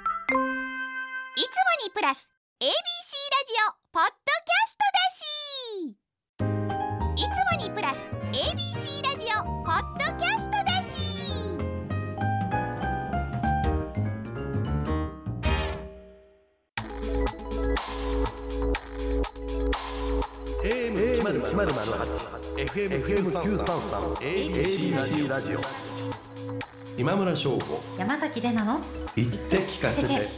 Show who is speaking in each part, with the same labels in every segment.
Speaker 1: いつもにプラス ABC ラジオポッドキャストだしいつもにプラス ABC ラジオポッドキャストだし
Speaker 2: 1 0 0 8 FM 九三三 ABC ラジオラジオ今村翔吾
Speaker 3: 山崎れなの
Speaker 2: 言って聞かせて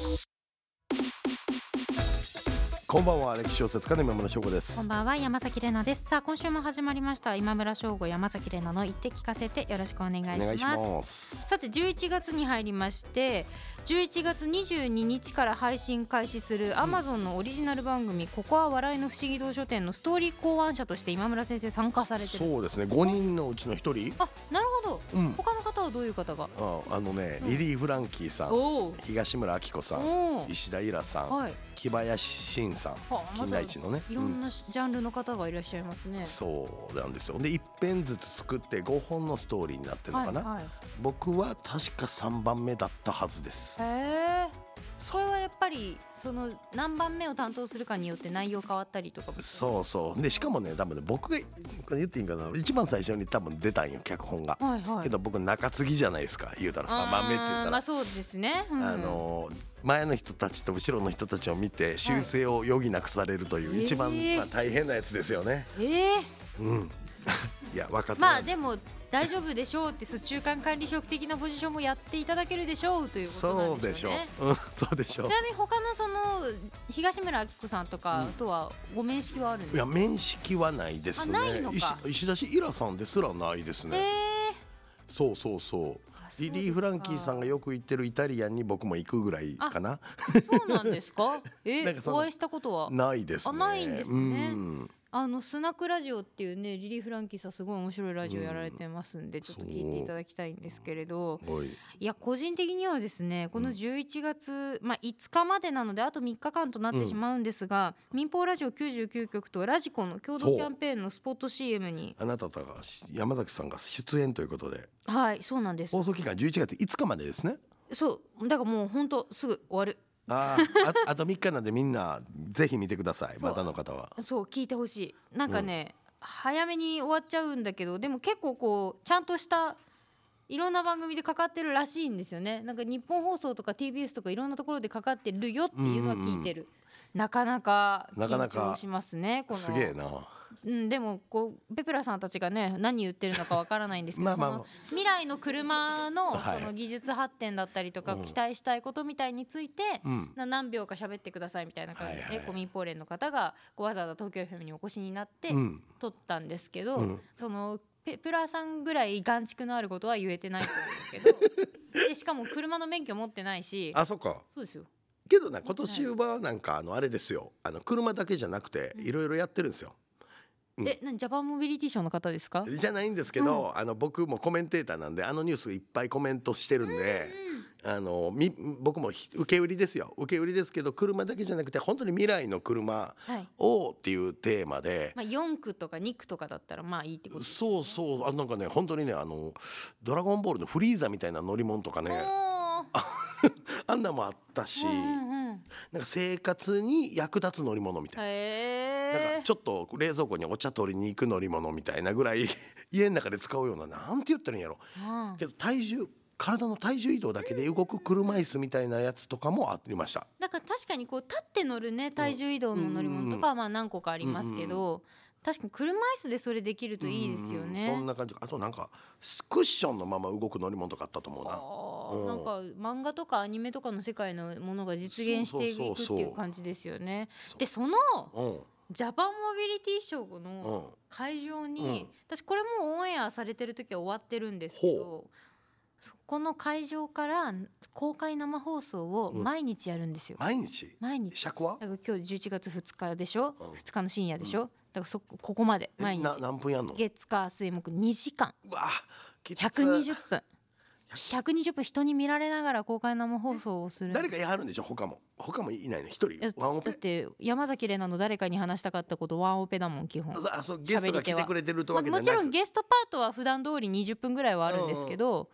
Speaker 2: こんばんは歴史小説家の今村翔吾で
Speaker 3: こん
Speaker 2: す
Speaker 3: ばんは山崎れなですさあ今週も始まりました今村翔吾山崎れなの言って聞かせてよろしくお願いし
Speaker 2: お願
Speaker 3: ま
Speaker 2: い
Speaker 3: す
Speaker 2: します
Speaker 3: さて11月に入りまして11月22日から配信開始する Amazon のオリジナル番組「ここは笑いの不思議堂書店」のストーリー考案者として今村先生参加されてる
Speaker 2: そうですね五人のうちの一人
Speaker 3: あなるほど、
Speaker 2: うん
Speaker 3: 他の方はどういう方が
Speaker 2: ああのねリリー・フランキーさん
Speaker 3: おー
Speaker 2: 東村明子さん
Speaker 3: おー
Speaker 2: 石田イラさん
Speaker 3: はい
Speaker 2: 木林真さん
Speaker 3: はあま
Speaker 2: 金
Speaker 3: だ
Speaker 2: 田
Speaker 3: い
Speaker 2: 一のね
Speaker 3: ろんなジャンルの方がいらっしゃいますね、
Speaker 2: そうなんですよで一編ずつ作って五本のストーリーになってるの
Speaker 3: は
Speaker 2: か
Speaker 3: い
Speaker 2: な
Speaker 3: はい
Speaker 2: 僕は確か3番目だったはずです
Speaker 3: へえそれはやっぱりその何番目を担当するかによって内容変わったりとかも
Speaker 2: そうそうでしかもね多分ね僕がこれ言っていいんかな一番最初に多分出たんよ脚本が、
Speaker 3: はいはい
Speaker 2: けど僕中継ぎじゃないですか言うたら3番目って言った
Speaker 3: あー
Speaker 2: ら
Speaker 3: ま
Speaker 2: あ
Speaker 3: あ、そうですね、うん
Speaker 2: のー前の人たちと後ろの人たちを見て修正を余儀なくされるという一番、
Speaker 3: えー
Speaker 2: まあ、大変なやつですよね
Speaker 3: ええ
Speaker 2: うん いや若手
Speaker 3: ま
Speaker 2: な
Speaker 3: あ
Speaker 2: ん
Speaker 3: でも大丈夫でしょうってそう中間管理職的なポジションもやっていただけるでしょうということな
Speaker 2: そ
Speaker 3: ん
Speaker 2: うで
Speaker 3: で
Speaker 2: し
Speaker 3: しょ
Speaker 2: ょ
Speaker 3: うね
Speaker 2: う、うん、そうでしょう
Speaker 3: ちなみに他のその東村明子さんとかとはご面識はあるん
Speaker 2: い
Speaker 3: です
Speaker 2: や
Speaker 3: か、
Speaker 2: 面識はないですね
Speaker 3: あないのか
Speaker 2: 石石田氏イラさんですらないです
Speaker 3: え
Speaker 2: ねそうそうそう
Speaker 3: あそう
Speaker 2: リリー・フランキーさんが
Speaker 3: で
Speaker 2: よく行ってるイタリアンに僕も行くぐらいかな
Speaker 3: すかそうなんですかえ
Speaker 2: なんかその
Speaker 3: お会いしたことは
Speaker 2: ないですね
Speaker 3: あないんですね
Speaker 2: うん
Speaker 3: あのスナックラジオっていうねリリー・フランキーさんすごい面白いラジオやられてますんで、ちょっと聞いていただきたいんですけれど
Speaker 2: おい
Speaker 3: いや個人的にはですねこの
Speaker 2: うん
Speaker 3: 11月、まあ、5日までなのであと3日間となってしまうんですが、民放ラジオ99局とラジコの共同キャンペーンのスポット CM に
Speaker 2: あなたが山崎さんが出演ということで
Speaker 3: はいそうなんです
Speaker 2: 放送期間11月5日までですね
Speaker 3: そうだからもうほんとすぐ終わる
Speaker 2: あーあ あと3日なんでみんなぜひ見てください
Speaker 3: そう
Speaker 2: まだの方は
Speaker 3: そう聞いてほしいなんかね、早めに終わっちゃうんだけどでも結構こうちゃんとしたいろんな番組でかかってるらしいんですよねなんか日本放送とか TBS とかいろんなところでかかってるよっていうのは聞いてる、なかなか
Speaker 2: なかなか
Speaker 3: 緊張しますねこの
Speaker 2: すげえな
Speaker 3: うん、でもこうペプラさんたちがね何言ってるのかわからないんですけど
Speaker 2: まあまあ
Speaker 3: その未来の車の
Speaker 2: はい
Speaker 3: その技術発展だったりとか、
Speaker 2: うん
Speaker 3: 期待したいことみたいについて、
Speaker 2: うん
Speaker 3: な何秒か喋ってくださいみたいな感じで、
Speaker 2: はいはい
Speaker 3: コミンポーレンの方がこうわざわざ東京 FM にお越しになって
Speaker 2: うん
Speaker 3: 撮ったんですけど、
Speaker 2: うん
Speaker 3: そのペプラさんぐらい眼蓄のあることは言えてないと思うんです けどでしかも車の免許持ってないし
Speaker 2: あそっか
Speaker 3: そうですよ
Speaker 2: けどな今年はなんかあのあれですよあの車だけじゃなくて
Speaker 3: うん
Speaker 2: いろいろやってるんですようん
Speaker 3: え何ジャパンモビリティショーの方です か、
Speaker 2: じゃないんですけど、あの僕もコメンテーターなんであのニュースいっぱいコメントしてるんで、あのみ僕もひ受け売りですよ受け売りですけど車だけじゃなくて本当に未来の車
Speaker 3: はい
Speaker 2: をっていうテーマで、
Speaker 3: まあ、4区とか2区とかだったらまあいいってことです
Speaker 2: そうそうあなんかね本当にねあの「ドラゴンボール」のフリーザみたいな乗り物とかね
Speaker 3: おー
Speaker 2: あんなんもあったし、
Speaker 3: うんうんうん
Speaker 2: なんか生活に役立つ乗り物みたいな。
Speaker 3: へ
Speaker 2: なん
Speaker 3: え
Speaker 2: かちょっと冷蔵庫にお茶取りに行く乗り物みたいなぐらい 家の中で使うようななんて言ったらいいんやろ
Speaker 3: うん
Speaker 2: けど体重体の体重移動だけで動く車椅子みたいなやつとかもありました
Speaker 3: なんか確かにこう立って乗るね体重移動の乗り物とかはまあ何個かありますけど、確かに車椅子でそれできるといいですよね。
Speaker 2: うんそんな感じあとなんかクッションのまま動く乗り物とかあったと思う
Speaker 3: あ
Speaker 2: な
Speaker 3: ー
Speaker 2: うん
Speaker 3: なんか漫画とかアニメとかの世界のものが実現していくっていう感じですよね。
Speaker 2: そう
Speaker 3: でその
Speaker 2: うん
Speaker 3: ジャパンモビリティショー
Speaker 2: う
Speaker 3: の、
Speaker 2: ん
Speaker 3: 会場
Speaker 2: うん
Speaker 3: に、私これもうオンエアされてる時は終わってるんですけどそこの会場から公開生放送を
Speaker 2: うん
Speaker 3: 毎日やるんですよ、
Speaker 2: 毎日
Speaker 3: 毎日
Speaker 2: 尺は
Speaker 3: だから今日11月2日でしょ、
Speaker 2: うん
Speaker 3: 2日の深夜でしょ、だからそこここまで
Speaker 2: え
Speaker 3: 毎日
Speaker 2: な何分やんの
Speaker 3: 月火水木2時間
Speaker 2: うわきつ
Speaker 3: 120分120分人に見られながら公開生放送をする
Speaker 2: 誰かやはるんでしょ他も他もいないの一人
Speaker 3: いや
Speaker 2: ワンオ
Speaker 3: だっ
Speaker 2: ペ
Speaker 3: て山崎玲奈の誰かに話したかったことワンオペだもん基本
Speaker 2: あそうゲストが来てくれてるってわけじ
Speaker 3: ま
Speaker 2: ゃ
Speaker 3: あ
Speaker 2: なく
Speaker 3: もちろんゲストパートは普段通り20分ぐらいはあるんですけど、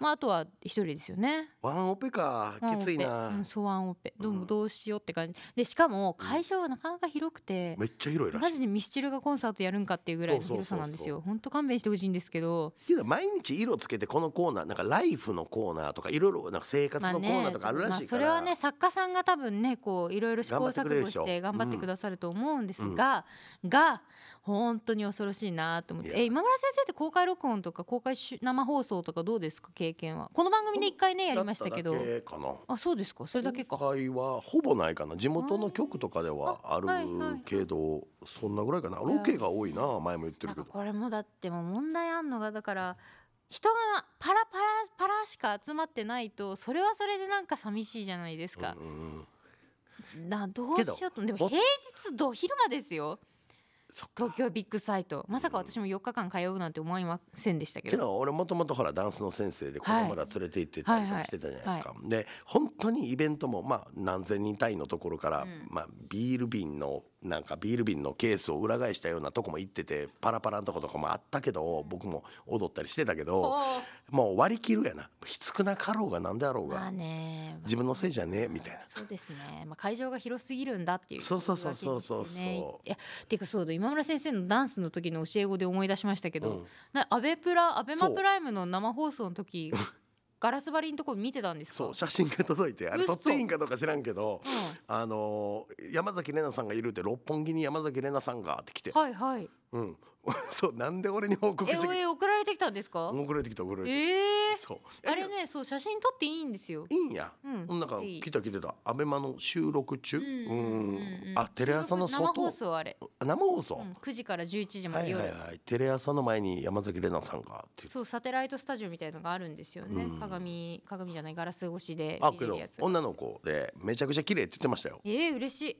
Speaker 3: まああとは一人ですよね
Speaker 2: ワンオペか
Speaker 3: ワンオ
Speaker 2: き
Speaker 3: ペ
Speaker 2: ついな、
Speaker 3: うん、そうワンオペどう
Speaker 2: う
Speaker 3: も
Speaker 2: ん
Speaker 3: どうしようって感じでしかも会場がなかなか広くて、
Speaker 2: めっちゃ広いら
Speaker 3: マ
Speaker 2: しい
Speaker 3: ジでミスチルがコンサートやるんかっていうぐらいの
Speaker 2: そうそう
Speaker 3: 広
Speaker 2: そ
Speaker 3: さ
Speaker 2: うそう
Speaker 3: なんですよほんと勘弁してほしいんですけど
Speaker 2: けど毎日色つけてこのコーナーなんかライフのコーナーとかいろいろなんか生活
Speaker 3: まあ
Speaker 2: のコーナーとかあるら
Speaker 3: まあ
Speaker 2: しいか
Speaker 3: そ
Speaker 2: ら
Speaker 3: れ、はね作家さんが多分ねこういろいろ試行
Speaker 2: 頑張ってくれる
Speaker 3: 錯誤
Speaker 2: でしょ
Speaker 3: して頑張ってくださると思うんですが、が本当に恐ろしいなと思って
Speaker 2: いや
Speaker 3: え今村先生って公開録音とか公開し生放送とかどうですか経験はこの番組で一回ねやりましたけど
Speaker 2: やっただけかな
Speaker 3: あそうですかそれだけか
Speaker 2: 今回はほぼないかな地元の局とかではある
Speaker 3: あはいはい
Speaker 2: けどそんなぐらいかなロケが多いな前も言って
Speaker 3: な
Speaker 2: る
Speaker 3: ん
Speaker 2: け
Speaker 3: か
Speaker 2: ど
Speaker 3: これもだってもう問題あんのがだから人がパラパラパラしか集まってないとそれはそれでなんか寂しいじゃないですか、
Speaker 2: うんうんうん
Speaker 3: などうしようとでも
Speaker 2: ぼ
Speaker 3: 平日ど昼間ですよ
Speaker 2: そっか
Speaker 3: 東京ビッグサイトまさか私も4日間通うなんて思いませんでしたけ
Speaker 2: け
Speaker 3: ど
Speaker 2: ど俺もともとほらダンスの先生で子供ら連れて行ってたりとかしてたじゃないですか、で本当にイベントもまあ何千人単位のところから、
Speaker 3: うん
Speaker 2: まあ、ビール瓶のなんかビール瓶のケースを裏返したようなとこも行っててパラパラのとことかもあったけど僕も踊ったりしてたけど
Speaker 3: ほ
Speaker 2: もう割り切るやな少なかろうが何であろう
Speaker 3: うまあ
Speaker 2: が
Speaker 3: ね
Speaker 2: 自分のせいじゃねえみたいな。
Speaker 3: そうですね、まあ、会場が広すぎるんだっていう
Speaker 2: そうそうそうそうそうそう
Speaker 3: 言い訳にしてねいやていうかそうだ今村先生のダンスの時の教え子で思い出しましたけど、
Speaker 2: うん
Speaker 3: なアベプラアベマ
Speaker 2: そう
Speaker 3: プライムの生放送の 時ガラス張りのとこ見てたんですか
Speaker 2: そう写真が届いてあれ撮
Speaker 3: 嘘
Speaker 2: っていいんかどうか知らんけど、
Speaker 3: うん
Speaker 2: あのー山崎怜奈さんがいるって六本木に山崎怜奈さんがって来て、
Speaker 3: は いはい
Speaker 2: うん、そうなんで俺に報告
Speaker 3: え
Speaker 2: してきて
Speaker 3: え送られてきたんですか
Speaker 2: 送られてきた送られてき
Speaker 3: ええ
Speaker 2: たそう
Speaker 3: あれねそう写真撮っていいんですよ
Speaker 2: いいんや、
Speaker 3: うん
Speaker 2: なんか
Speaker 3: いい
Speaker 2: 来た来てたアベマの収録中、
Speaker 3: うん
Speaker 2: うん
Speaker 3: うんうん
Speaker 2: あテレ朝の
Speaker 3: 生
Speaker 2: 外
Speaker 3: 放送あれ、
Speaker 2: あ生放送、
Speaker 3: うん、9時から11時ま
Speaker 2: は
Speaker 3: で
Speaker 2: い
Speaker 3: 夜、
Speaker 2: はいはいテレ朝の前に山崎怜奈さんがっていう
Speaker 3: そうサテライトスタジオみたいのがあるんですよね、
Speaker 2: うん
Speaker 3: 鏡鏡じゃないガラス越しで
Speaker 2: あ
Speaker 3: 見
Speaker 2: け
Speaker 3: れる
Speaker 2: ど
Speaker 3: やつ
Speaker 2: 女の子でめちゃくちゃ綺麗って言ってました よ
Speaker 3: えー、嬉しい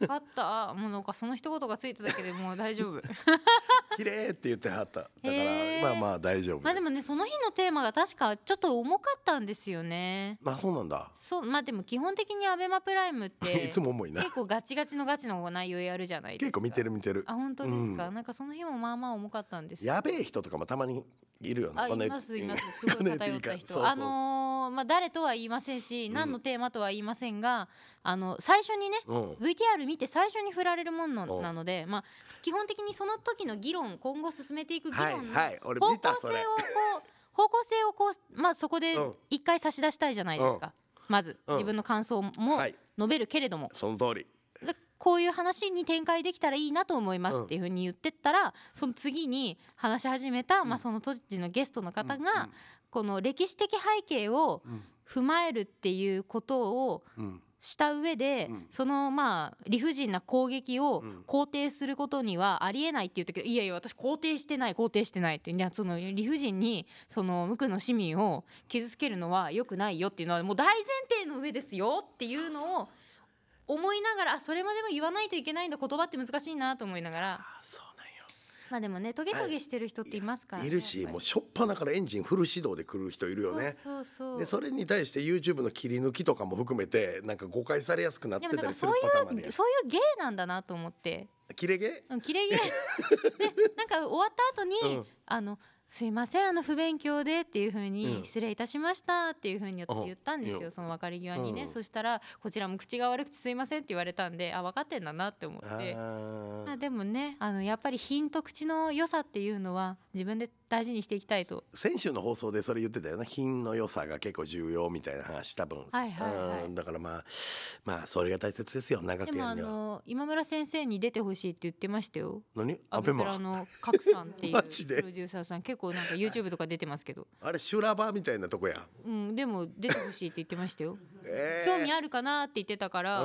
Speaker 3: よかった もうなんかその一言がついただけでもう大丈 夫
Speaker 2: 綺麗って言ってはっただから
Speaker 3: へー
Speaker 2: まあまあ大丈夫
Speaker 3: まあでもねその日のテーマが確かちょっと重かったんですよね
Speaker 2: あそうなんだ、
Speaker 3: そうまあでも基本的にアベマプライムって
Speaker 2: いつも重いな
Speaker 3: 結構ガチガチのガチの内容やるじゃないですか
Speaker 2: 結構見てる見てる
Speaker 3: あ本当ですか、
Speaker 2: う
Speaker 3: なんかその日もまあまあ重かったんですよ
Speaker 2: やべえ人とかもたまにいるよな
Speaker 3: あ
Speaker 2: こ
Speaker 3: い
Speaker 2: んな
Speaker 3: ますいますす
Speaker 2: うん
Speaker 3: ごい偏
Speaker 2: こんな
Speaker 3: った
Speaker 2: やついいか
Speaker 3: 人
Speaker 2: そうそう
Speaker 3: あのーまあ誰とは言いませんし、
Speaker 2: ん
Speaker 3: 何のテーマとは言いませんがあの最初にね
Speaker 2: うん、
Speaker 3: VTR 見て最初に振られるもの
Speaker 2: うん
Speaker 3: なので、まあ、基本的にその時の議論今後進めていく議
Speaker 2: はい
Speaker 3: 論の
Speaker 2: はい俺
Speaker 3: 方
Speaker 2: 見
Speaker 3: 向
Speaker 2: たそ
Speaker 3: 性
Speaker 2: れ
Speaker 3: をこう方向性をこう、まあ、そこで
Speaker 2: うん
Speaker 3: 一回差し出したいじゃないですか、まず、
Speaker 2: うん
Speaker 3: 自分の感想も
Speaker 2: はい
Speaker 3: 述べるけれども、
Speaker 2: その通り
Speaker 3: でこういう話に展開できたらいいなと思います
Speaker 2: うん
Speaker 3: っていうふうに言ってったら、その次に話し始めた、まあ、その当時のゲストの方が、この歴史的背景を
Speaker 2: うん
Speaker 3: 踏まえるっていうことを
Speaker 2: うん
Speaker 3: した上で、
Speaker 2: うん
Speaker 3: そのまあ理不尽な攻撃を
Speaker 2: ん
Speaker 3: 肯定することにはありえないって言ったけど、いやいや私肯定してない肯定してないっていやその理不尽にその無垢の市民を傷つけるのは良くないよっていうのはもう大前提の上ですよっていうのを思いながらあそれまでも言わないといけないんだ言葉って難しいなと思いながら
Speaker 2: あそうなんよ
Speaker 3: まあでもねトゲトゲしてる人っていますからね
Speaker 2: いるし
Speaker 3: やっぱり
Speaker 2: もうしょっぱなからエンジンフル始動で来る人いるよね
Speaker 3: そうそうそう
Speaker 2: でそれに対して YouTube の切り抜きとかも含めてなんか誤解されやすくなっ
Speaker 3: で
Speaker 2: て
Speaker 3: もだ
Speaker 2: た
Speaker 3: から
Speaker 2: りす
Speaker 3: そ
Speaker 2: る
Speaker 3: う
Speaker 2: パターンもある
Speaker 3: い
Speaker 2: や
Speaker 3: うんそういう芸なんだなと思って
Speaker 2: 切れ毛
Speaker 3: うん、キレキレで なんか終わった後に、
Speaker 2: うん
Speaker 3: あのすいませんあの不勉強でっていう風に、
Speaker 2: うん
Speaker 3: 失礼いたしましたっていう風に私
Speaker 2: あ
Speaker 3: 言ったんです
Speaker 2: い
Speaker 3: よ
Speaker 2: や
Speaker 3: その別れ際にね、
Speaker 2: うん
Speaker 3: そしたらこちらも口が悪くてすいませんって言われたんであ分かってんだなって思っ
Speaker 2: あ
Speaker 3: て。
Speaker 2: ー
Speaker 3: まあでもねあのやっぱり品と口の良さっていうのは自分で大事にしていきたいと
Speaker 2: 先週の放送でそれ言ってたよな品の良さが結構重要みたいな話多分、
Speaker 3: はいはいはい
Speaker 2: うんだからまあまあそれが大切ですよ長
Speaker 3: で
Speaker 2: く
Speaker 3: も
Speaker 2: や
Speaker 3: あ
Speaker 2: るには
Speaker 3: の今村先生に出てほしいって言ってましたよ
Speaker 2: 何
Speaker 3: ア
Speaker 2: ア
Speaker 3: ベ
Speaker 2: ベ
Speaker 3: プラ
Speaker 2: マ
Speaker 3: の角さんっていう
Speaker 2: マ
Speaker 3: プロデ
Speaker 2: ジで
Speaker 3: ューサーさん結構なんか YouTube とか出てますけど、
Speaker 2: あれ修羅場みたいなとこやん、
Speaker 3: うん、でも出てほしいって言ってましたよ
Speaker 2: え
Speaker 3: 興味
Speaker 2: あ
Speaker 3: あるかなって言ってたから、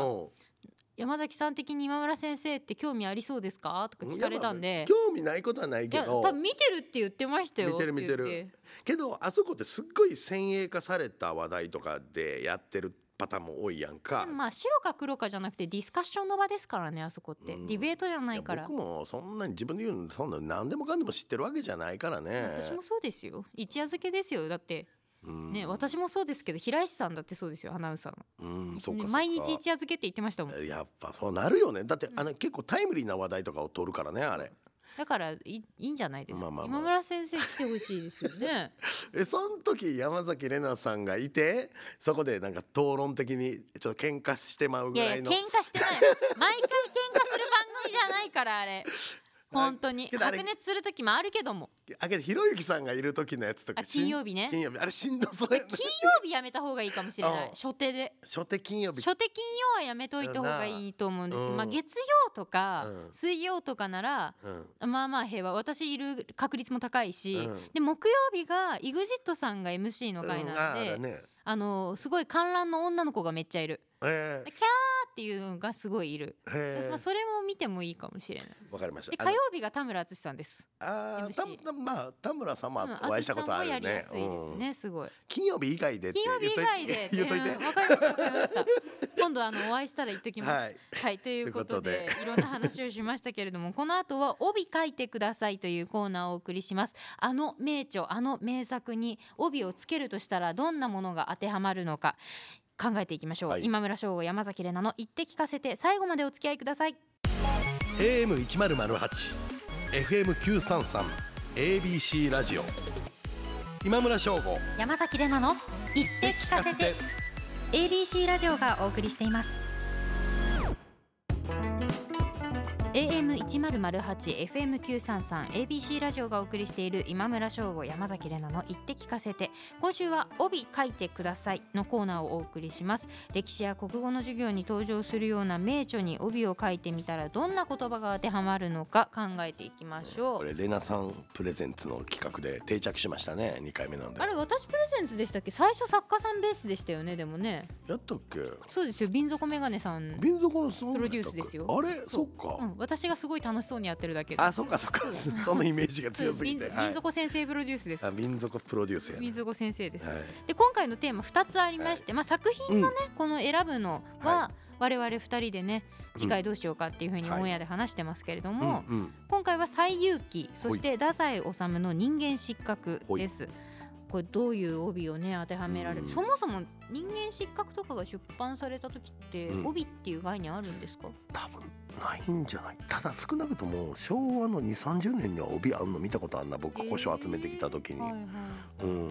Speaker 3: 山崎さん的に今村先生って興味ありそうですかとか聞かれたんで、
Speaker 2: 興味ないことはない
Speaker 3: い
Speaker 2: け
Speaker 3: や
Speaker 2: ど
Speaker 3: 多分見てるって言ってましたよ。
Speaker 2: 見てる見て
Speaker 3: っ言っ
Speaker 2: るけどあそこってすっごい先鋭化された話題とかでやってるパターンも多いやんか
Speaker 3: でもまあ白か黒かじゃなくてディスカッションの場ですからねあそこって、
Speaker 2: うん
Speaker 3: ディベートじゃないい
Speaker 2: や
Speaker 3: から
Speaker 2: 僕。もそんなに自分で言うのそんな何でもかんでも知ってるわけじゃないからね
Speaker 3: 私もそうですよ一夜漬けですよだって
Speaker 2: うん
Speaker 3: ね、私もそうですけど平石さんだってそうですよアナウンサーの
Speaker 2: うんそうかそうか
Speaker 3: 毎日一夜漬けって言ってましたもん
Speaker 2: やっぱそうなるよねだってあの結構タイムリーな話題とかを取るからねあれ
Speaker 3: だからいいいんじゃないですか、
Speaker 2: まあまあまあ
Speaker 3: 今村先生来てほしいですよ ね
Speaker 2: えその時山崎怜奈さんがいてそこでなんか討論的にちょっと喧嘩してまう
Speaker 3: い
Speaker 2: ぐ
Speaker 3: や
Speaker 2: ら
Speaker 3: い
Speaker 2: い
Speaker 3: や
Speaker 2: の
Speaker 3: 喧嘩してない毎回喧嘩する番組じゃないから あれ本当に
Speaker 2: けどあれ
Speaker 3: 白熱する時もあるけども
Speaker 2: あけどひろゆきさんがいる時のやつとか
Speaker 3: あ金曜
Speaker 2: 日
Speaker 3: 日ね
Speaker 2: 金曜日あれしんどそうやな
Speaker 3: 金曜日やめた方がいいかもしれない
Speaker 2: うん
Speaker 3: 初手で
Speaker 2: 初手金曜日
Speaker 3: 初手金曜はやめといた方がいいと思うんですけど、
Speaker 2: うん
Speaker 3: まあ、月曜とか
Speaker 2: うん
Speaker 3: 水曜とかなら
Speaker 2: うん
Speaker 3: まあまあ平和私いる確率も高いし、
Speaker 2: うん
Speaker 3: で木曜日が EXIT さんが MC の回
Speaker 2: うんあ
Speaker 3: なん
Speaker 2: あ
Speaker 3: で、
Speaker 2: だね
Speaker 3: あのすごい観覧の女の子がめっちゃいる
Speaker 2: え
Speaker 3: キャーっていうのがすごいいる、
Speaker 2: ーえー
Speaker 3: まあ、それも見てもいいかもしれない
Speaker 2: わかりまし
Speaker 3: で
Speaker 2: た
Speaker 3: 火曜日が田村淳さんです、
Speaker 2: あのあー
Speaker 3: MC
Speaker 2: たたまあ田村
Speaker 3: う
Speaker 2: 様
Speaker 3: ん、
Speaker 2: とお会いしたことある
Speaker 3: 淳さ
Speaker 2: よ
Speaker 3: んもや
Speaker 2: ね
Speaker 3: りやすいですね、
Speaker 2: うん
Speaker 3: すごい
Speaker 2: 金曜日以外でって
Speaker 3: 金曜日以外で
Speaker 2: 言っといて 言っ
Speaker 3: うんわかりましたわかりました今度あのお会いしたら言っと
Speaker 2: といて
Speaker 3: きます、は
Speaker 2: はいい
Speaker 3: ということ
Speaker 2: とい
Speaker 3: で
Speaker 2: うこ
Speaker 3: いろんな話をしましたけれどもこの後は「帯書いてください」というコーナーをお送りしますあの名著あの名作に帯をつけるとしたらどんなものが当てはまるのか考えていきましょう、
Speaker 2: はい
Speaker 3: 今村翔吾山崎怜奈の「言って聞かせて」最後までお付き合いください
Speaker 2: AM 一ゼロゼロ八、FM 九三三、ABC ラジオ。今村翔吾。
Speaker 3: 山崎怜奈の「言って聞かせて」ABC ラジオがお送りしています AM1008 FM933 ABC ラジオがお送りしている今村翔吾山崎怜奈の言って聞かせて今週は帯書いてくださいのコーナーをお送りします歴史や国語の授業に登場するような名著に帯を書いてみたらどんな言葉が当てはまるのか考えていきましょ
Speaker 2: こ
Speaker 3: う
Speaker 2: れレナさんプレゼンツの企画で定着しましたね。二回目なんで
Speaker 3: あ。れ私プレゼンツでしたっけ最初作家さんベースでしたよねでもね
Speaker 2: やったっけ？
Speaker 3: そうですよ瓶底メガネさん
Speaker 2: 瓶底のその
Speaker 3: プロデュースですよ
Speaker 2: あれ、そ
Speaker 3: そ
Speaker 2: っか。
Speaker 3: うん、私がすごい楽しそうにやってるだけで
Speaker 2: あ、そっかそっか。そのイメージが
Speaker 3: そう
Speaker 2: 強すぎ
Speaker 3: 瓶
Speaker 2: て。
Speaker 3: 瓶底先生プロデュースです
Speaker 2: あ、瓶底プロデュースや、ね
Speaker 3: 瓶。底先生です、
Speaker 2: はい。
Speaker 3: で今回のテーマ2つありまして、まあ、作品のね、この選ぶのは
Speaker 2: は
Speaker 3: 我々2人でね次回どうしようかっていうふうに
Speaker 2: はい
Speaker 3: オンエアで話してますけれど
Speaker 2: う
Speaker 3: も、
Speaker 2: んうん。
Speaker 3: 今回は「西遊記」そして「太宰治の人間失格」
Speaker 2: ほい
Speaker 3: です。これどういう帯をね当てはめられる、
Speaker 2: うん
Speaker 3: そもそも人間失格とかが出版された時って、
Speaker 2: うん
Speaker 3: 帯っていう概念あるんですか
Speaker 2: 多分ないんじゃない。ただ少なくとも昭和の二三十年には帯あんの見たことあんな。僕古書集めてきた時に。
Speaker 3: はいはい、
Speaker 2: うん、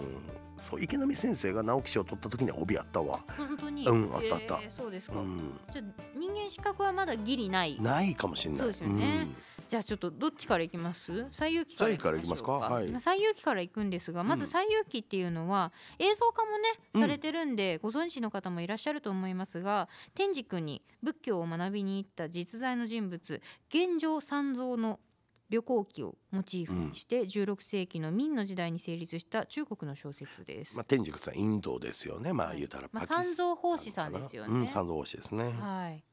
Speaker 2: そう池波先生が直木賞を取った時には帯あったわ。
Speaker 3: 本当に、
Speaker 2: うんあったあった
Speaker 3: えーそうですか、
Speaker 2: うん、
Speaker 3: じゃあ人間資格はまだギリない。
Speaker 2: ないかもしれない。
Speaker 3: そうですよねじゃあちょっとどっちからいきます？最遊記からいきましょう
Speaker 2: 最遊記
Speaker 3: か。
Speaker 2: からいきますかはい
Speaker 3: 今最遊記から行くんですが、まず
Speaker 2: うん
Speaker 3: 最遊記っていうのは、映像化も
Speaker 2: う
Speaker 3: ね
Speaker 2: ん
Speaker 3: されてるんで、ご存知の方もいらっしゃると思いますが、天智くんに仏教を学びに行った実在の人物玄奘三蔵の旅行記をモチーフにして、16世紀の明の時代に成立した中国の小説です。
Speaker 2: まあ天竺さんインドですよね。まあ言うたらパ
Speaker 3: まあ
Speaker 2: キスタン
Speaker 3: 三蔵法師さんですよね
Speaker 2: うん、三蔵法師ですね。
Speaker 3: はい。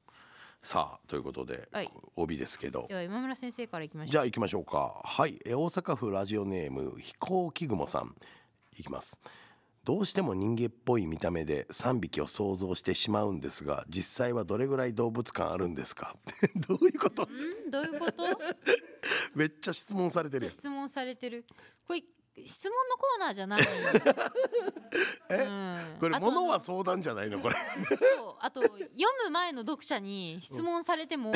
Speaker 2: さあということで、
Speaker 3: はい
Speaker 2: 帯ですけど
Speaker 3: で。は今村先生からいきましょう
Speaker 2: じゃあ行きましょうか。はい、え大阪府ラジオネーム飛行機雲さんいきます。どうしても人間っぽい見た目で3匹を想像してしまうんですが実際はどれぐらい動物感あるんですか どういうこと
Speaker 3: んどうい うこと？
Speaker 2: めっちゃ質問されてるよ
Speaker 3: 質問されてる。これ質問のコーナーじゃない。 うん
Speaker 2: これ
Speaker 3: あと
Speaker 2: 物は相談じゃないのこれ
Speaker 3: そうあと読む前の読者に質問されても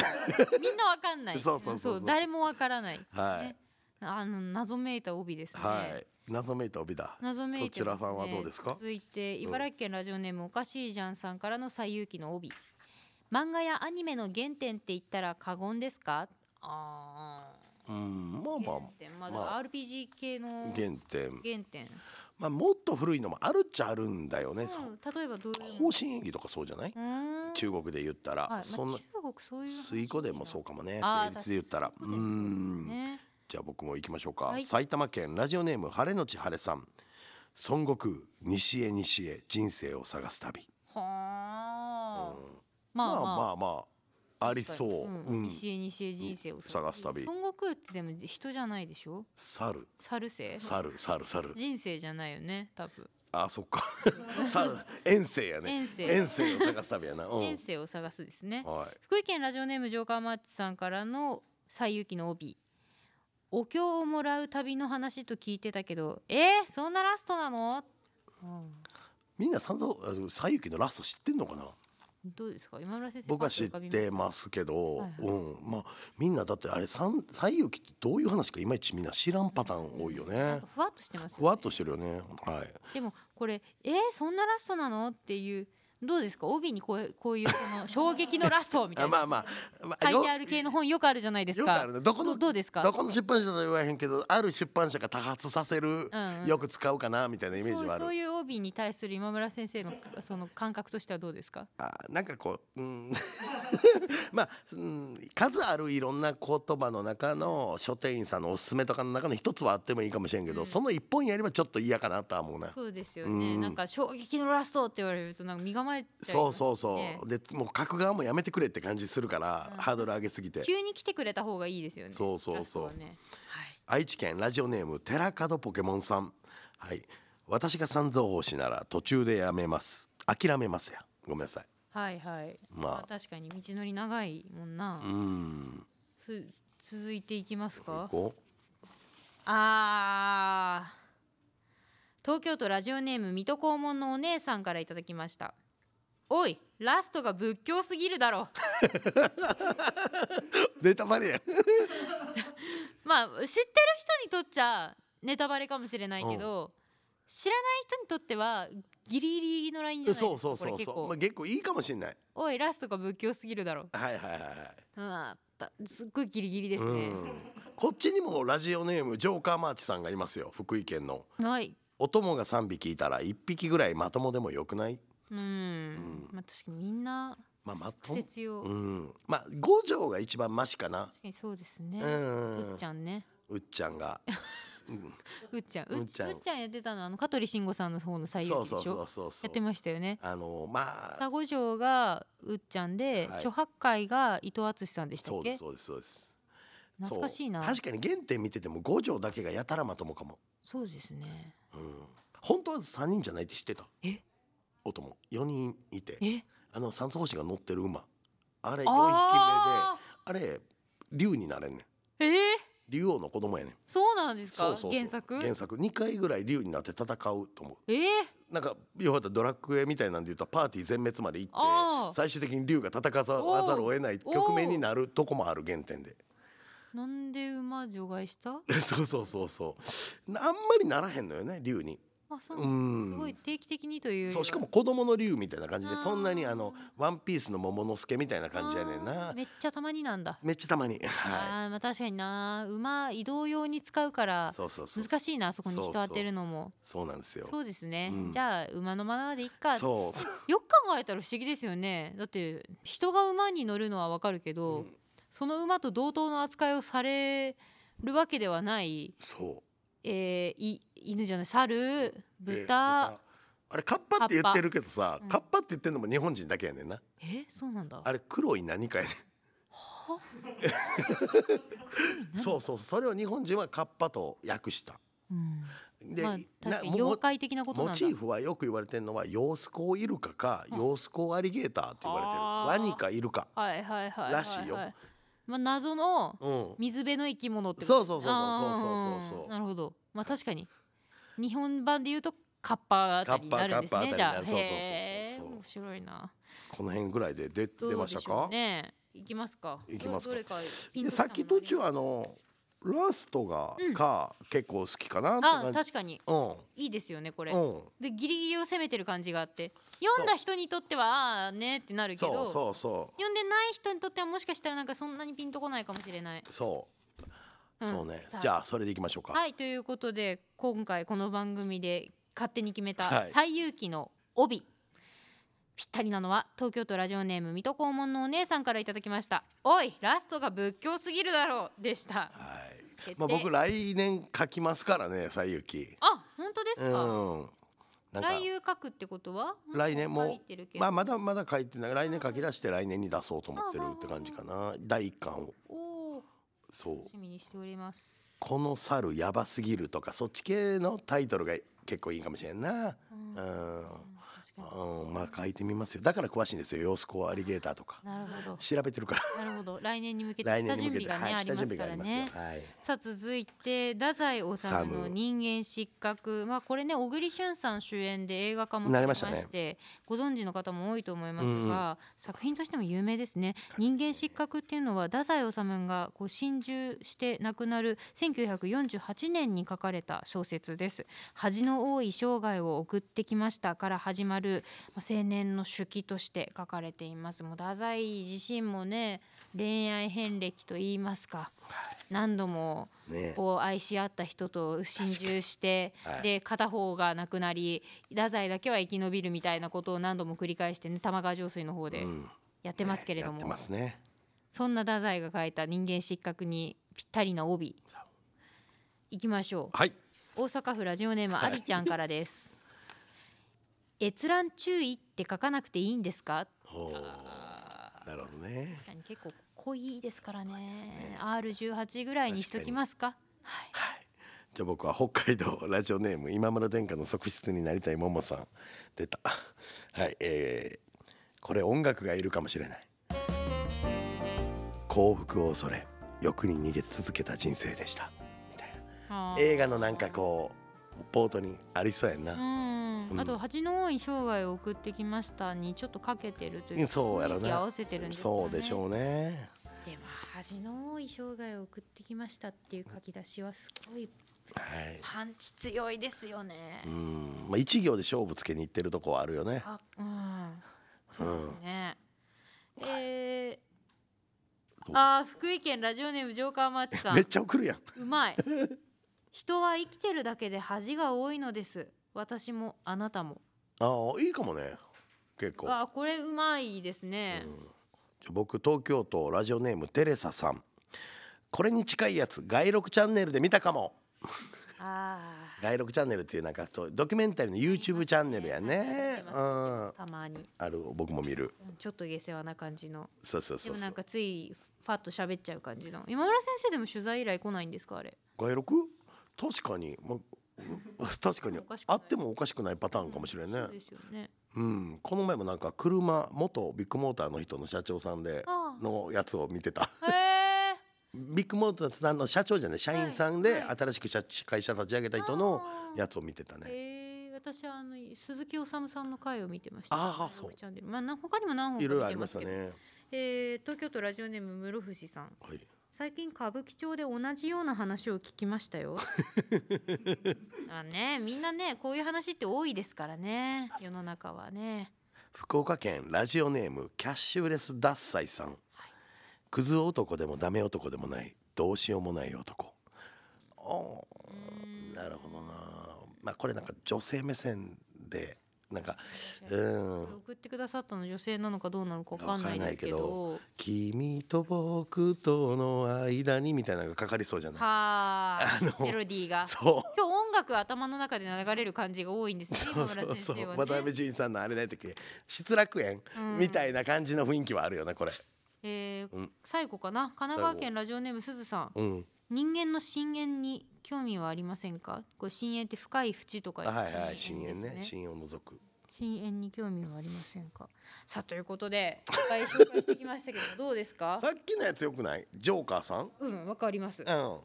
Speaker 3: みんなわかんない。
Speaker 2: そうそうそうそう
Speaker 3: 誰もわからない。
Speaker 2: はい
Speaker 3: ねあの謎めいた帯ですね。
Speaker 2: はい。謎めいた帯だ。
Speaker 3: 謎め
Speaker 2: そ
Speaker 3: いてますね
Speaker 2: ちらさんはどうですか。
Speaker 3: 続いて茨城県ラジオネームおかしいじゃんさんからの最遊記の帯漫画やアニメの原点って言ったら過言ですかあー
Speaker 2: うん、まあま
Speaker 3: 原
Speaker 2: あ。
Speaker 3: 点まあ、
Speaker 2: まあ
Speaker 3: RPG 系の原
Speaker 2: 原点、
Speaker 3: 点
Speaker 2: まあ、もっと古いのもあるっちゃあるんだよね。そ
Speaker 3: そ
Speaker 2: う
Speaker 3: う例えばどういう
Speaker 2: 方針演技とかそうじゃない。
Speaker 3: うーん
Speaker 2: 中国で言った
Speaker 3: はいま
Speaker 2: ら
Speaker 3: あ、
Speaker 2: そんな
Speaker 3: 中。国そういう話
Speaker 2: 水湖でもそうかもね。
Speaker 3: あー
Speaker 2: 成立で言ったら。
Speaker 3: 確
Speaker 2: う
Speaker 3: かにそうですね
Speaker 2: ん。
Speaker 3: ね
Speaker 2: じゃあ、僕も行きましょうか
Speaker 3: はい。
Speaker 2: 埼玉県ラジオネーム晴れのち晴れさん。孫悟空、西へ西へ人生を探す旅。
Speaker 3: はあ、
Speaker 2: うん
Speaker 3: まあ
Speaker 2: ま
Speaker 3: ま
Speaker 2: あ
Speaker 3: あ、
Speaker 2: まあまあ。ありそう。
Speaker 3: ん
Speaker 2: うん。
Speaker 3: 西へ西へ人生を
Speaker 2: 探す旅
Speaker 3: 孫悟空ってでも人じゃないでしょ
Speaker 2: 猿、
Speaker 3: 猿生
Speaker 2: 猿、猿、猿。
Speaker 3: 人生じゃないよね多分
Speaker 2: あそっ か。さ遠征やね。
Speaker 3: 遠征
Speaker 2: 遠征を探す旅やな。うん
Speaker 3: 人生を探すですね
Speaker 2: はい。
Speaker 3: 福井県ラジオネームジョーカーマッチさんからの「西遊記」の帯お経をもらう旅の話と聞いてたけどえー、そんなラストなの、うん
Speaker 2: みんな三蔵あ西遊記のラスト知ってんのかな。
Speaker 3: どうですか今村先生
Speaker 2: 僕は知っ
Speaker 3: パッと浮
Speaker 2: て
Speaker 3: かびま
Speaker 2: ますけど、
Speaker 3: はいはい
Speaker 2: うんまあみんなだってあれ三西遊記ってどういう話かいまいちみんな知らんパターン多いよ
Speaker 3: すな
Speaker 2: ね
Speaker 3: んかふわっとしてますよ、ね、
Speaker 2: ふわっとしてるよねはい
Speaker 3: でもこれえー、そんなラストなのっていうどうですか帯にこうこういうこの衝撃のラストみたい
Speaker 2: あ
Speaker 3: な
Speaker 2: まあまあ、まあ、
Speaker 3: 書い
Speaker 2: よ
Speaker 3: てある系の本よくあるじゃないです
Speaker 2: よ
Speaker 3: か
Speaker 2: くあるねどこの
Speaker 3: どうですか
Speaker 2: どこの出版社とは言わへんけどある出版社が多発させる、
Speaker 3: んうん
Speaker 2: よく使うかなみたいなイメージはある
Speaker 3: そうそういう帯に対する今村先生のその感覚としてはどうですか
Speaker 2: あなんかこう、うん まあ、うん、数あるいろんな言葉の中の書店員さんのおすすめとかの中の一つはあってもいいかもしれんけど、
Speaker 3: うん
Speaker 2: その一本やればちょっと嫌かなとは思うな。
Speaker 3: そうですよね、
Speaker 2: うん
Speaker 3: なんか衝撃のラストって言われるとなんか身構えちゃいますね
Speaker 2: そうそうそう、でもう書く側もやめてくれって感じするから、
Speaker 3: うん
Speaker 2: ハードル上げすぎて
Speaker 3: 急に来てくれた方がいいですよね
Speaker 2: そうそうそう
Speaker 3: ラストはねはい
Speaker 2: 愛知県ラジオネーム寺門ポケモンさんはい私が三蔵法師なら途中でやめます諦めますやごめんなさい
Speaker 3: はいはいまあ
Speaker 2: まあ
Speaker 3: 確かに道のり長いもんな、
Speaker 2: うん
Speaker 3: つ続いていきますか
Speaker 2: こう
Speaker 3: あー東京都ラジオネーム水戸黄門のお姉さんからいただきましたおいラストが仏教すぎるだろ
Speaker 2: ネタバレや
Speaker 3: まあ知ってる人にとっちゃネタバレかもしれないけど、知らない人にとってはギリギリのラインじゃ ないです
Speaker 2: そ
Speaker 3: か
Speaker 2: うそうそう
Speaker 3: これ結
Speaker 2: そう、
Speaker 3: 構
Speaker 2: まあ、結構いいかもしれない
Speaker 3: おいラストが仏教すぎるだろ
Speaker 2: はいはいはいは
Speaker 3: うんやっぱすっごいギリギリで
Speaker 2: い、
Speaker 3: すね、
Speaker 2: こっちにもラジオネームジョーカーマーチさんがいますよ福井県の
Speaker 3: はい
Speaker 2: お供が3匹いたら1匹ぐらいまともでもよくない
Speaker 3: うん、まあ確かにみんな
Speaker 2: まあまと
Speaker 3: 季
Speaker 2: も
Speaker 3: 節用、
Speaker 2: う
Speaker 3: 確
Speaker 2: んまあ五条が一番マシかな
Speaker 3: かにそうですね、
Speaker 2: うん
Speaker 3: うっちゃんね
Speaker 2: うっちゃん が
Speaker 3: うっちゃん
Speaker 2: う
Speaker 3: う
Speaker 2: っ
Speaker 3: っ
Speaker 2: ち
Speaker 3: ち
Speaker 2: ゃん
Speaker 3: ゃんうっちゃんやってたのはあの香取慎吾さんの方の採用
Speaker 2: そう
Speaker 3: 記でし
Speaker 2: そ
Speaker 3: ょ
Speaker 2: うそうそうそ
Speaker 3: やって
Speaker 2: う
Speaker 3: ましたよね
Speaker 2: あのまあ
Speaker 3: 佐五条がうっちゃんで、
Speaker 2: はい
Speaker 3: 著八海が伊藤敦さんでしたっ
Speaker 2: そうで
Speaker 3: け
Speaker 2: すそうですそうです
Speaker 3: 懐かしいな
Speaker 2: そう確かに原点見てても五条だけがやたらまともかも、
Speaker 3: そうですね
Speaker 2: うん、本当は3人じゃないって知ってた
Speaker 3: え
Speaker 2: おとも4人いて
Speaker 3: え
Speaker 2: あの三星が乗ってる馬あれ4匹目であ
Speaker 3: あ
Speaker 2: れ竜になれんねん
Speaker 3: ーえー、
Speaker 2: 竜王の子供やねん
Speaker 3: そうなんですか
Speaker 2: そうそうそう
Speaker 3: 原作
Speaker 2: 原作2回ぐらい竜になって戦うと思う
Speaker 3: えー、
Speaker 2: なんかよかったらドラクエみたいなんで言うとパーティー全滅まで行っ
Speaker 3: あ
Speaker 2: て
Speaker 3: ー
Speaker 2: 最終的に竜が戦わざるを得ない局面になるとこもある原点 で
Speaker 3: なんで馬除外した
Speaker 2: そうそうそうそうなあんまりならへんのよね竜に
Speaker 3: あそう
Speaker 2: う
Speaker 3: なん
Speaker 2: ん
Speaker 3: すごい定期的にというよりは
Speaker 2: そうしかも子供の竜みたいな感じで
Speaker 3: あー
Speaker 2: そんなにあのワンピースの桃之助みたいな感じやねん
Speaker 3: あー
Speaker 2: な
Speaker 3: めっちゃたまになんだ
Speaker 2: めっちゃたまには
Speaker 3: あーまあ確かにな馬移動用に使うか
Speaker 2: い
Speaker 3: ら
Speaker 2: そうそうそう
Speaker 3: 難しいなあそこに
Speaker 2: そう
Speaker 3: 人
Speaker 2: そう
Speaker 3: 当てるのも
Speaker 2: そうなんですよ
Speaker 3: そうですね、
Speaker 2: うん
Speaker 3: じゃあ馬のままでいっか
Speaker 2: そうそう
Speaker 3: よく考えたら不思議ですよねだって人が馬に乗るのはわかるけど、
Speaker 2: うん
Speaker 3: その馬と同等の扱いをされるわけではない、
Speaker 2: そう
Speaker 3: えーい犬じゃない猿
Speaker 2: で
Speaker 3: 豚
Speaker 2: あれカッパって言ってるけどさ
Speaker 3: カッパうん
Speaker 2: カッパって言ってんのも日本人だけやねんな
Speaker 3: えそうなんだ
Speaker 2: あれ黒い何かやねんそうそうそれを日本人はカッパと訳した
Speaker 3: うん
Speaker 2: で、
Speaker 3: まあ
Speaker 2: な
Speaker 3: 確かに
Speaker 2: も
Speaker 3: 妖怪的なことなん
Speaker 2: モ
Speaker 3: だ
Speaker 2: チーフはよく言われてるのはヨースコウイルカか
Speaker 3: うん
Speaker 2: ヨースコウアリゲーターって言われてる
Speaker 3: あー
Speaker 2: ワニかイルカ
Speaker 3: はいはいはいはは
Speaker 2: らしいよ
Speaker 3: まあ、謎の
Speaker 2: うん
Speaker 3: 水辺の生き物ってこと
Speaker 2: そうそうそうそう
Speaker 3: あー
Speaker 2: そうそうそう
Speaker 3: なるほどまあ確かに日本版で言うとカッパあたりになるんですね
Speaker 2: カッ
Speaker 3: じ
Speaker 2: パ
Speaker 3: ゃあ
Speaker 2: カッパあたりになる
Speaker 3: へ
Speaker 2: そうそうそうそうそう
Speaker 3: ー面白いな
Speaker 2: この辺ぐらいで出
Speaker 3: どう
Speaker 2: 出ました
Speaker 3: でょ
Speaker 2: か
Speaker 3: うねいきますか
Speaker 2: いきますか
Speaker 3: どれどれピン
Speaker 2: で
Speaker 3: ときた
Speaker 2: さっ
Speaker 3: もの
Speaker 2: き途中
Speaker 3: あ
Speaker 2: あのラストが、
Speaker 3: うん
Speaker 2: か結構好きかなって
Speaker 3: りますあ
Speaker 2: 感じ
Speaker 3: 確かにいいですよねこれ
Speaker 2: うんうん
Speaker 3: でギリギリを攻めてる感じがあって読んだ人にとってはああねってなるけど
Speaker 2: そうそうそ
Speaker 3: 読んでない人にとってはもしかしたらなんかそんなにピンとこないかもしれないう
Speaker 2: そう、
Speaker 3: うん
Speaker 2: そうね
Speaker 3: さあ
Speaker 2: じゃあそれでいきましょうか
Speaker 3: はいということで今回この番組で勝手に決め
Speaker 2: は
Speaker 3: た
Speaker 2: い
Speaker 3: 最有機の帯、ぴったりなのは東京都ラジオネーム水戸黄門のお姉さんからいただきました「おいラストが仏教すぎるだろう」でし
Speaker 2: は
Speaker 3: た
Speaker 2: い
Speaker 3: 決定
Speaker 2: まあ、僕来年書きますからね「西遊記
Speaker 3: あ本当で」す
Speaker 2: うん
Speaker 3: か、
Speaker 2: なんか
Speaker 3: 来遊書くってことは
Speaker 2: 来年
Speaker 3: 書
Speaker 2: も
Speaker 3: いてるけど、
Speaker 2: まあ、まだまだ書いてない来年書き出して来年に出そうと思ってるって感じかな第一巻を
Speaker 3: おお
Speaker 2: そう
Speaker 3: 楽しみにしております
Speaker 2: 「この猿やばすぎる」とかそっち系のタイトルが結構いいかもしれんな
Speaker 3: うん
Speaker 2: うん
Speaker 3: 確確か
Speaker 2: うん、まあ書いてみますよだから詳しいんですよヨースコアアリゲーターとか
Speaker 3: になるほど
Speaker 2: 調べてるから
Speaker 3: なるほど来年に向けて
Speaker 2: 来
Speaker 3: 下
Speaker 2: 年に向
Speaker 3: 準
Speaker 2: け
Speaker 3: 備
Speaker 2: て
Speaker 3: が
Speaker 2: は
Speaker 3: ね、
Speaker 2: い
Speaker 3: あり
Speaker 2: 下
Speaker 3: ま
Speaker 2: 準備
Speaker 3: す
Speaker 2: があ
Speaker 3: か
Speaker 2: りま
Speaker 3: ら
Speaker 2: す
Speaker 3: ね
Speaker 2: よはい
Speaker 3: さあ続いて太宰治の人間失格まあこれね小栗旬さん主演で映画化も
Speaker 2: な
Speaker 3: さ
Speaker 2: り
Speaker 3: れ
Speaker 2: ま
Speaker 3: ま
Speaker 2: したね
Speaker 3: してご存知の方も多いと思いますが、
Speaker 2: うんう
Speaker 3: 作品としても有名ですね人間失格っていうのは太宰治がこう心中して亡くなる1948年に書かれた小説です恥の多い生涯を送ってきましたから始まるまあ青年の手記として書かれていますもう太宰自身もね恋愛遍歴と言いますか何度も
Speaker 2: ね
Speaker 3: を愛し合った人と心中して、
Speaker 2: はい
Speaker 3: で片方が亡くなり太宰だけは生き延びるみたいなことを何度も繰り返してね玉川上水の方で
Speaker 2: うん
Speaker 3: やってますけれど
Speaker 2: やっ
Speaker 3: も、
Speaker 2: てますね
Speaker 3: そんな太宰が書いた人間失格にぴったりな帯
Speaker 2: さあ
Speaker 3: いきましょう
Speaker 2: はい
Speaker 3: 大阪府ラジオネームありちゃんからです 閲覧注意って書かなくていいんですか
Speaker 2: おーなるほどね
Speaker 3: 確かに結構濃いですからね R18 ぐらいにしときますかはい
Speaker 2: じゃあ僕は北海道ラジオネーム今村殿下の側室になりたいももさん出たはいえー、これ音楽がいるかもしれない幸福を恐れ欲に逃げ続けた人生でしたみたい
Speaker 3: あ
Speaker 2: な
Speaker 3: ー
Speaker 2: 映画のなんかこうポートにありそうやんな、
Speaker 3: うん、あと「蜂の多い生涯を送ってきました」にちょっとかけてるというか
Speaker 2: そうやろ
Speaker 3: 雰囲気合
Speaker 2: な
Speaker 3: わせてるんですかね
Speaker 2: そうでしょうね
Speaker 3: でも「恥の多い生涯を送ってきました」っていう書き出しはすごい
Speaker 2: はい
Speaker 3: パンチ強いですよね
Speaker 2: う。んまあ一行で勝負つけにいってるとこはあるよね
Speaker 3: あうん、そうですね。えー、あー福井県ラジオネームジョーカーマッチさん
Speaker 2: めっちゃ送るやん
Speaker 3: うまい人は生きてるだけで恥が多いのです私もあなたも
Speaker 2: ああいいかもね結構
Speaker 3: あーこれうまいですね、
Speaker 2: じゃあ僕東京都ラジオネームテレサさんこれに近いやつ外録チャンネルで見たかも
Speaker 3: ああ
Speaker 2: 外録チャンネルっていうなんかそうドキュメンタリーの YouTube チャンネルやねう
Speaker 3: 見ますね
Speaker 2: んあ
Speaker 3: たまに
Speaker 2: る僕も見る
Speaker 3: うんちょっと下世話な感じの
Speaker 2: そうそう
Speaker 3: で
Speaker 2: そう
Speaker 3: も
Speaker 2: そ
Speaker 3: な
Speaker 2: うん
Speaker 3: かついファッと喋っちゃう感じの今村先生でも取材以来来ないんですかあれ
Speaker 2: 外録確かに、まあ、確かに
Speaker 3: おかしくな
Speaker 2: あ
Speaker 3: い
Speaker 2: ってもおかしくないパターンかもしれんね
Speaker 3: そうですよね
Speaker 2: うんこの前もなんか車元ビッグモーターの人の社長さんで
Speaker 3: ああ
Speaker 2: のやつを見てた
Speaker 3: へえ
Speaker 2: ビッグモーターさんの社長じゃない社員さんで
Speaker 3: はいはい
Speaker 2: 新しく社会社立ち上げた人の
Speaker 3: あー
Speaker 2: やつを見てたね
Speaker 3: えー、私はあの鈴木おさむさんの回を見てました
Speaker 2: あーそう
Speaker 3: チャンネルまあな他にも何本
Speaker 2: い
Speaker 3: か
Speaker 2: ろいろ
Speaker 3: 見
Speaker 2: あ
Speaker 3: て
Speaker 2: りま
Speaker 3: ま
Speaker 2: し
Speaker 3: す
Speaker 2: た
Speaker 3: けど、
Speaker 2: ね。
Speaker 3: えー、東京都ラジオネーム室伏さん
Speaker 2: はい。
Speaker 3: 最近歌舞伎町で同じような話を聞きました よ。あねみんなねこういう話って多いですからね世の中はね。
Speaker 2: 福岡県ラジオネームキャッシュレス脱菜さん、クズ男でもダメ男でもないどうしようもない男おーなるほどなまあこれなんか女性目線でなんかうん
Speaker 3: 送ってくださったの女性なのかどうなのかわかんないですけど。
Speaker 2: 「君と僕との間に」みたいなのがかかりそうじゃない
Speaker 3: はあ
Speaker 2: あの
Speaker 3: メロディーが。
Speaker 2: そう
Speaker 3: 今日音楽頭の中で流れる感じが多いんですね
Speaker 2: そう
Speaker 3: 今
Speaker 2: そ
Speaker 3: 村
Speaker 2: う
Speaker 3: 先
Speaker 2: そう、
Speaker 3: 生は
Speaker 2: 渡辺
Speaker 3: ね。
Speaker 2: 淳さんのあれない時失楽園、
Speaker 3: うん
Speaker 2: みたいな感じの雰囲気はあるよなこれ
Speaker 3: えー
Speaker 2: うん
Speaker 3: 最後かな神奈川県ラジオネームすずさん
Speaker 2: うん
Speaker 3: 人間の深淵に興味はありませんかこれ深淵って深い淵とか
Speaker 2: あはいはい
Speaker 3: 深
Speaker 2: 深
Speaker 3: 淵で
Speaker 2: 淵
Speaker 3: す
Speaker 2: ね深淵を除く
Speaker 3: 深淵に興味はありませんかさあというこ とでいっぱい紹介してきましたけどどうですか
Speaker 2: さっきのやつよくないジョーカーさん
Speaker 3: うんわかります
Speaker 2: う
Speaker 3: と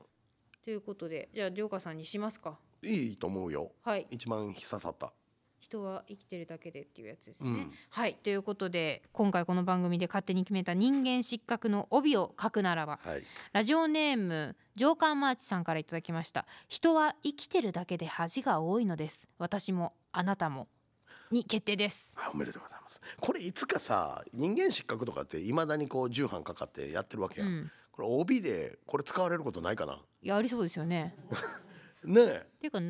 Speaker 3: いうことでじゃあジョーカーさんにしますか
Speaker 2: んいいと思うよ
Speaker 3: はい
Speaker 2: 一番刺さった
Speaker 3: 人は生きてるだけでっていうやつですね、
Speaker 2: うん
Speaker 3: はいということで今回この番組で勝手に決めた人間失格の帯を書くならば
Speaker 2: はい
Speaker 3: ラジオネームジョーカーマーチさんからいただきました人は生きてるだけで恥が多いのです私もあなたもに決定です
Speaker 2: あおめでとうございますこれいつかさ人間失格とかっていまだにこう重版かかってやってるわけや、
Speaker 3: うん
Speaker 2: ん、これ帯でこれ使われることないかない
Speaker 3: やありそうですよね
Speaker 2: ねえ
Speaker 3: っていうか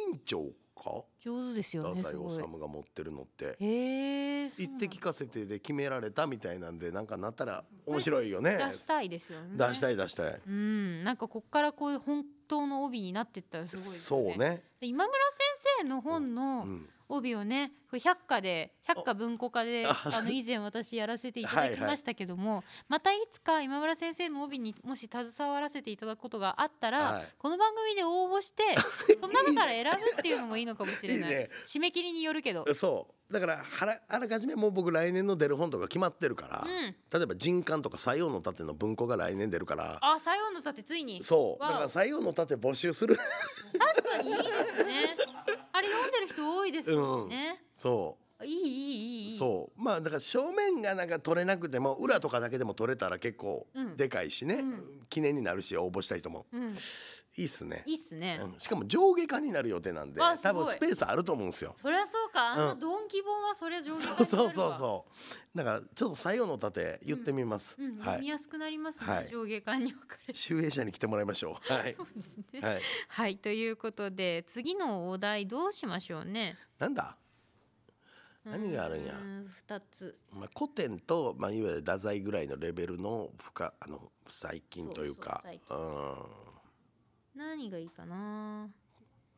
Speaker 2: 身長か
Speaker 3: 上手ですよ
Speaker 2: 太
Speaker 3: ね
Speaker 2: 宰
Speaker 3: すごい
Speaker 2: 治が持ってるのって
Speaker 3: へえそう
Speaker 2: 一
Speaker 3: なんだ
Speaker 2: 手聞かせてで決められたみたいなんでなんかなったら面白いよね
Speaker 3: 出したいですよね
Speaker 2: 出した
Speaker 3: い
Speaker 2: い出したい
Speaker 3: うんなんかこっからこういう本当の帯になってったらすごいです
Speaker 2: そ
Speaker 3: よ
Speaker 2: う
Speaker 3: ね
Speaker 2: ね
Speaker 3: で今村先生の本
Speaker 2: う
Speaker 3: の
Speaker 2: ん
Speaker 3: 帯をねこれ百科で百科文庫科で
Speaker 2: あ
Speaker 3: あの以前私やらせていただきましたけどもまたいつか今村先生の帯にもし携わらせていただくことがあったら、
Speaker 2: はい
Speaker 3: この番組で応募して その中から選ぶっていうのもいいのかもしれない
Speaker 2: いいね
Speaker 3: 締め切りによるけど、
Speaker 2: そうだからはらあらかじめもう僕来年の出る本とか決まってるから、
Speaker 3: うん
Speaker 2: 例えば「人間」とか「西洋の盾」の文庫が来年出るから
Speaker 3: あ西洋の盾ついに
Speaker 2: そうだ
Speaker 3: わお
Speaker 2: から「西洋の盾」募集する
Speaker 3: 確かにいいですねあれ読んでる人多いですもんね、
Speaker 2: そ
Speaker 3: いいいいいういいい
Speaker 2: そうまあだから正面がなんか取れなくても裏とかだけでも取れたら結構
Speaker 3: うん
Speaker 2: でかいしね、
Speaker 3: うん
Speaker 2: 記念になるし応募したい人も
Speaker 3: う、ん、
Speaker 2: いいっすね
Speaker 3: いいっすね、
Speaker 2: うんしかも上下化になる予定なんで
Speaker 3: あす
Speaker 2: 多
Speaker 3: ごい
Speaker 2: 分スペースあると思うんですよ
Speaker 3: そりゃそうかあの
Speaker 2: うん
Speaker 3: ドンキ本はそりゃ上下
Speaker 2: そうそうそう
Speaker 3: う
Speaker 2: そうだからちょっと「西洋の盾」言ってみます、
Speaker 3: うん、
Speaker 2: は
Speaker 3: 見
Speaker 2: い
Speaker 3: やすくなりますね、
Speaker 2: はい
Speaker 3: 上下巻に分かれて
Speaker 2: 集英社に来てもらいましょうはい
Speaker 3: そ、うですね
Speaker 2: はい、
Speaker 3: はいということで次のお題どうしましょうね
Speaker 2: なんだ 何があるんや
Speaker 3: うーん二つ
Speaker 2: まあ、古典と、まあ、いわゆる太宰ぐらいのレベルの深あの最近というか
Speaker 3: そう
Speaker 2: う
Speaker 3: 何がいいかなん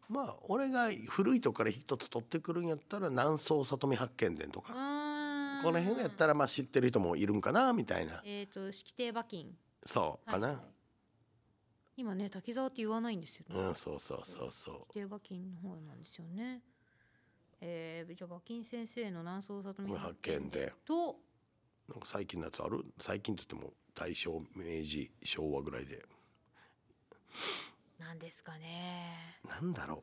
Speaker 2: まあ俺が古いとこから一つ取ってくるんやったら「南宋里見八犬伝」と
Speaker 3: う
Speaker 2: か、
Speaker 3: ーん
Speaker 2: この辺やったらまあ知ってる人もいるんかなみたいな
Speaker 3: えっ、と式定馬金
Speaker 2: そうかな、
Speaker 3: 今ね滝沢って言わないんですよね、
Speaker 2: うんそうそうそうそ
Speaker 3: 指定馬琴の方なんですよね。えー、じゃあ馬琴先生の南宋里見
Speaker 2: 発見で
Speaker 3: と
Speaker 2: うなんか最近のやつある最近といっても大正明治昭和ぐらいで
Speaker 3: なんですかね。
Speaker 2: なんだろう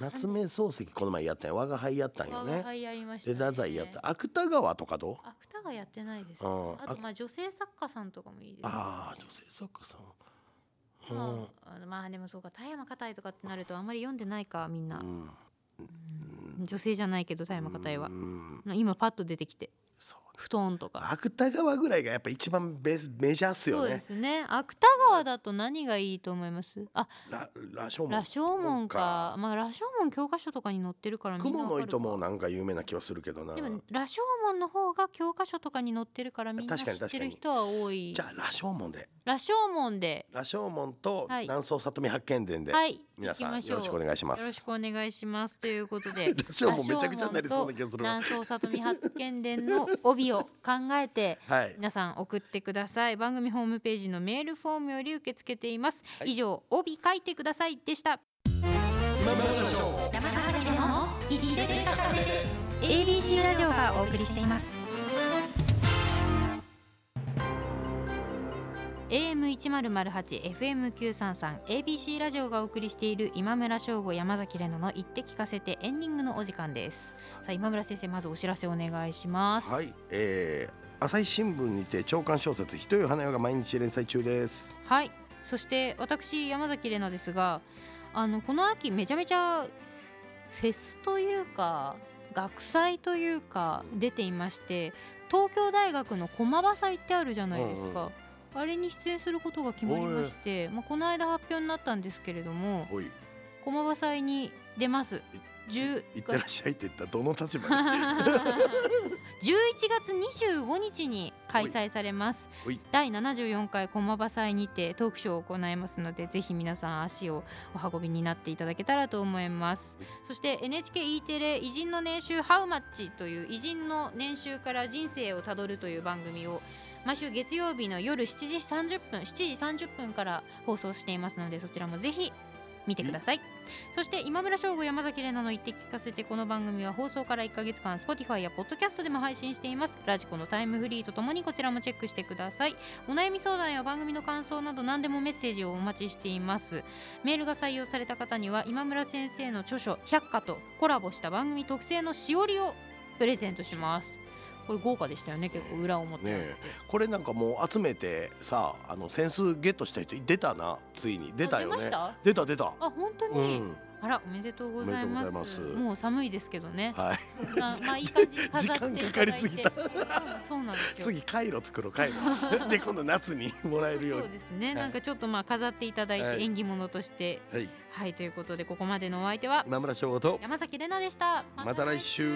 Speaker 2: 夏目漱石この前やったんや我が輩やったんよ
Speaker 3: ね。は
Speaker 2: ね
Speaker 3: いやりました、
Speaker 2: で
Speaker 3: ね。
Speaker 2: 太宰やった芥川とかどう
Speaker 3: あ、芥川やってないです。
Speaker 2: う
Speaker 3: あ
Speaker 2: ん
Speaker 3: とまあ女性作家さんとかもいいです、ね。
Speaker 2: ああ女性作家さん。うん
Speaker 3: まあ、あのまあでもそうか田山片井とかってなるとあんまり読んでないかみんな、
Speaker 2: うん。
Speaker 3: 女性じゃないけど田山片井は
Speaker 2: う、ん。
Speaker 3: 今パッと出てきて
Speaker 2: そう。
Speaker 3: 布団とか
Speaker 2: 芥川ぐらいがやっぱ一番ベースメジャーっす
Speaker 3: そ
Speaker 2: よ
Speaker 3: うで
Speaker 2: ね。
Speaker 3: すね芥川だと何がいいと思いますあ
Speaker 2: ララショ
Speaker 3: 羅生門か
Speaker 2: か。
Speaker 3: まあ羅生門教科書とかに載ってるからみんな
Speaker 2: 雲
Speaker 3: わか
Speaker 2: の
Speaker 3: るか
Speaker 2: 糸もなんか有名な気はするけどな。
Speaker 3: でも羅生門の方が教科書とかに載ってるからみんな
Speaker 2: 確かに
Speaker 3: 知ってる
Speaker 2: 確
Speaker 3: 人は多い
Speaker 2: じゃあ羅生門で。
Speaker 3: 羅生門で
Speaker 2: 羅生門と
Speaker 3: はい
Speaker 2: 南宋里見八犬伝で。
Speaker 3: はい
Speaker 2: 皆さん
Speaker 3: 行きましょ
Speaker 2: よ
Speaker 3: う
Speaker 2: ろしくお願いしま
Speaker 3: よろし
Speaker 2: す。
Speaker 3: くお願いしますというこ と
Speaker 2: 羅
Speaker 3: で
Speaker 2: 生門めちゃくちゃになりそうな気がするわ
Speaker 3: 羅生門と南宋里見八犬伝の帯を考えて
Speaker 2: はい。
Speaker 3: 皆さん送ってください番組ホームページのメールフォームより受け付けています、以上帯書いてくださいでした
Speaker 2: 今村社長
Speaker 4: 山崎でのリリレーさせて ABC ラジオがお送りしています
Speaker 3: AM1008FM933 ABC ラジオがお送りしている今村翔吾山崎れのの言って聞かせてエンディングのお時間ですさあ今村先生まずお知らせお願いします
Speaker 2: はい。えー朝日新聞にて長官小説「ひとよ花よ」が毎日連載中です。
Speaker 3: はいそして私山崎怜奈ですがあのこの秋めちゃめちゃフェスというか学祭というか出ていまして東京大学の駒場祭ってあるじゃないですか、あれに出演することが決まりまして、まあ、この間発表になったんですけれども
Speaker 2: おい
Speaker 3: 駒場祭に出ます10
Speaker 2: いってら
Speaker 3: 月
Speaker 2: っしゃいって言ったらどの立場で
Speaker 3: 11月25日に開催されます
Speaker 2: ほい
Speaker 3: 第74回駒場祭にてトークショーを行いますのでぜひ皆さん足をお運びになっていただけたらと思いますそして NHKE テレ偉人の年収ハウマッチという偉人の年収から人生をたどるという番組を毎週月曜日の夜7時30分7時30分から放送していますのでそちらもぜひ見てくださいそして今村翔吾山崎怜奈の言って聞かせてこの番組は放送から1ヶ月間 Spotify や Podcast でも配信していますラジコのタイムフリーとともにこちらもチェックしてくださいお悩み相談や番組の感想など何でもメッセージをお待ちしていますメールが採用された方には今村先生の著書「百科」とコラボした番組特製のしおりをプレゼントしますこれ豪華でしたよね結構裏表あって、
Speaker 2: ねえこれなんかもう集めてさあのセンスゲットした人出たなついに出たよ
Speaker 3: あ出ま
Speaker 2: ね
Speaker 3: した
Speaker 2: 出た出た
Speaker 3: あ本当
Speaker 2: う
Speaker 3: に、
Speaker 2: ん
Speaker 3: あらおめでとうござ
Speaker 2: おめで
Speaker 3: います
Speaker 2: とうございます
Speaker 3: もう寒いですけどね
Speaker 2: はい
Speaker 3: まあ、まあいい感じに飾ってい
Speaker 2: 時間
Speaker 3: た
Speaker 2: かか
Speaker 3: だ
Speaker 2: り
Speaker 3: い
Speaker 2: す
Speaker 3: て
Speaker 2: ぎた
Speaker 3: そうそうなんですよ
Speaker 2: 次カイロ作ろうカイ ロで今度夏にもらえるよう
Speaker 3: そう
Speaker 2: に
Speaker 3: ですね、
Speaker 2: い
Speaker 3: なんかちょっとまあ飾っていただいて、
Speaker 2: はい
Speaker 3: 縁起物として
Speaker 2: はい
Speaker 3: はいということでここまでのお相手は
Speaker 2: 今村翔吾と
Speaker 3: 山崎れなでした
Speaker 2: また来週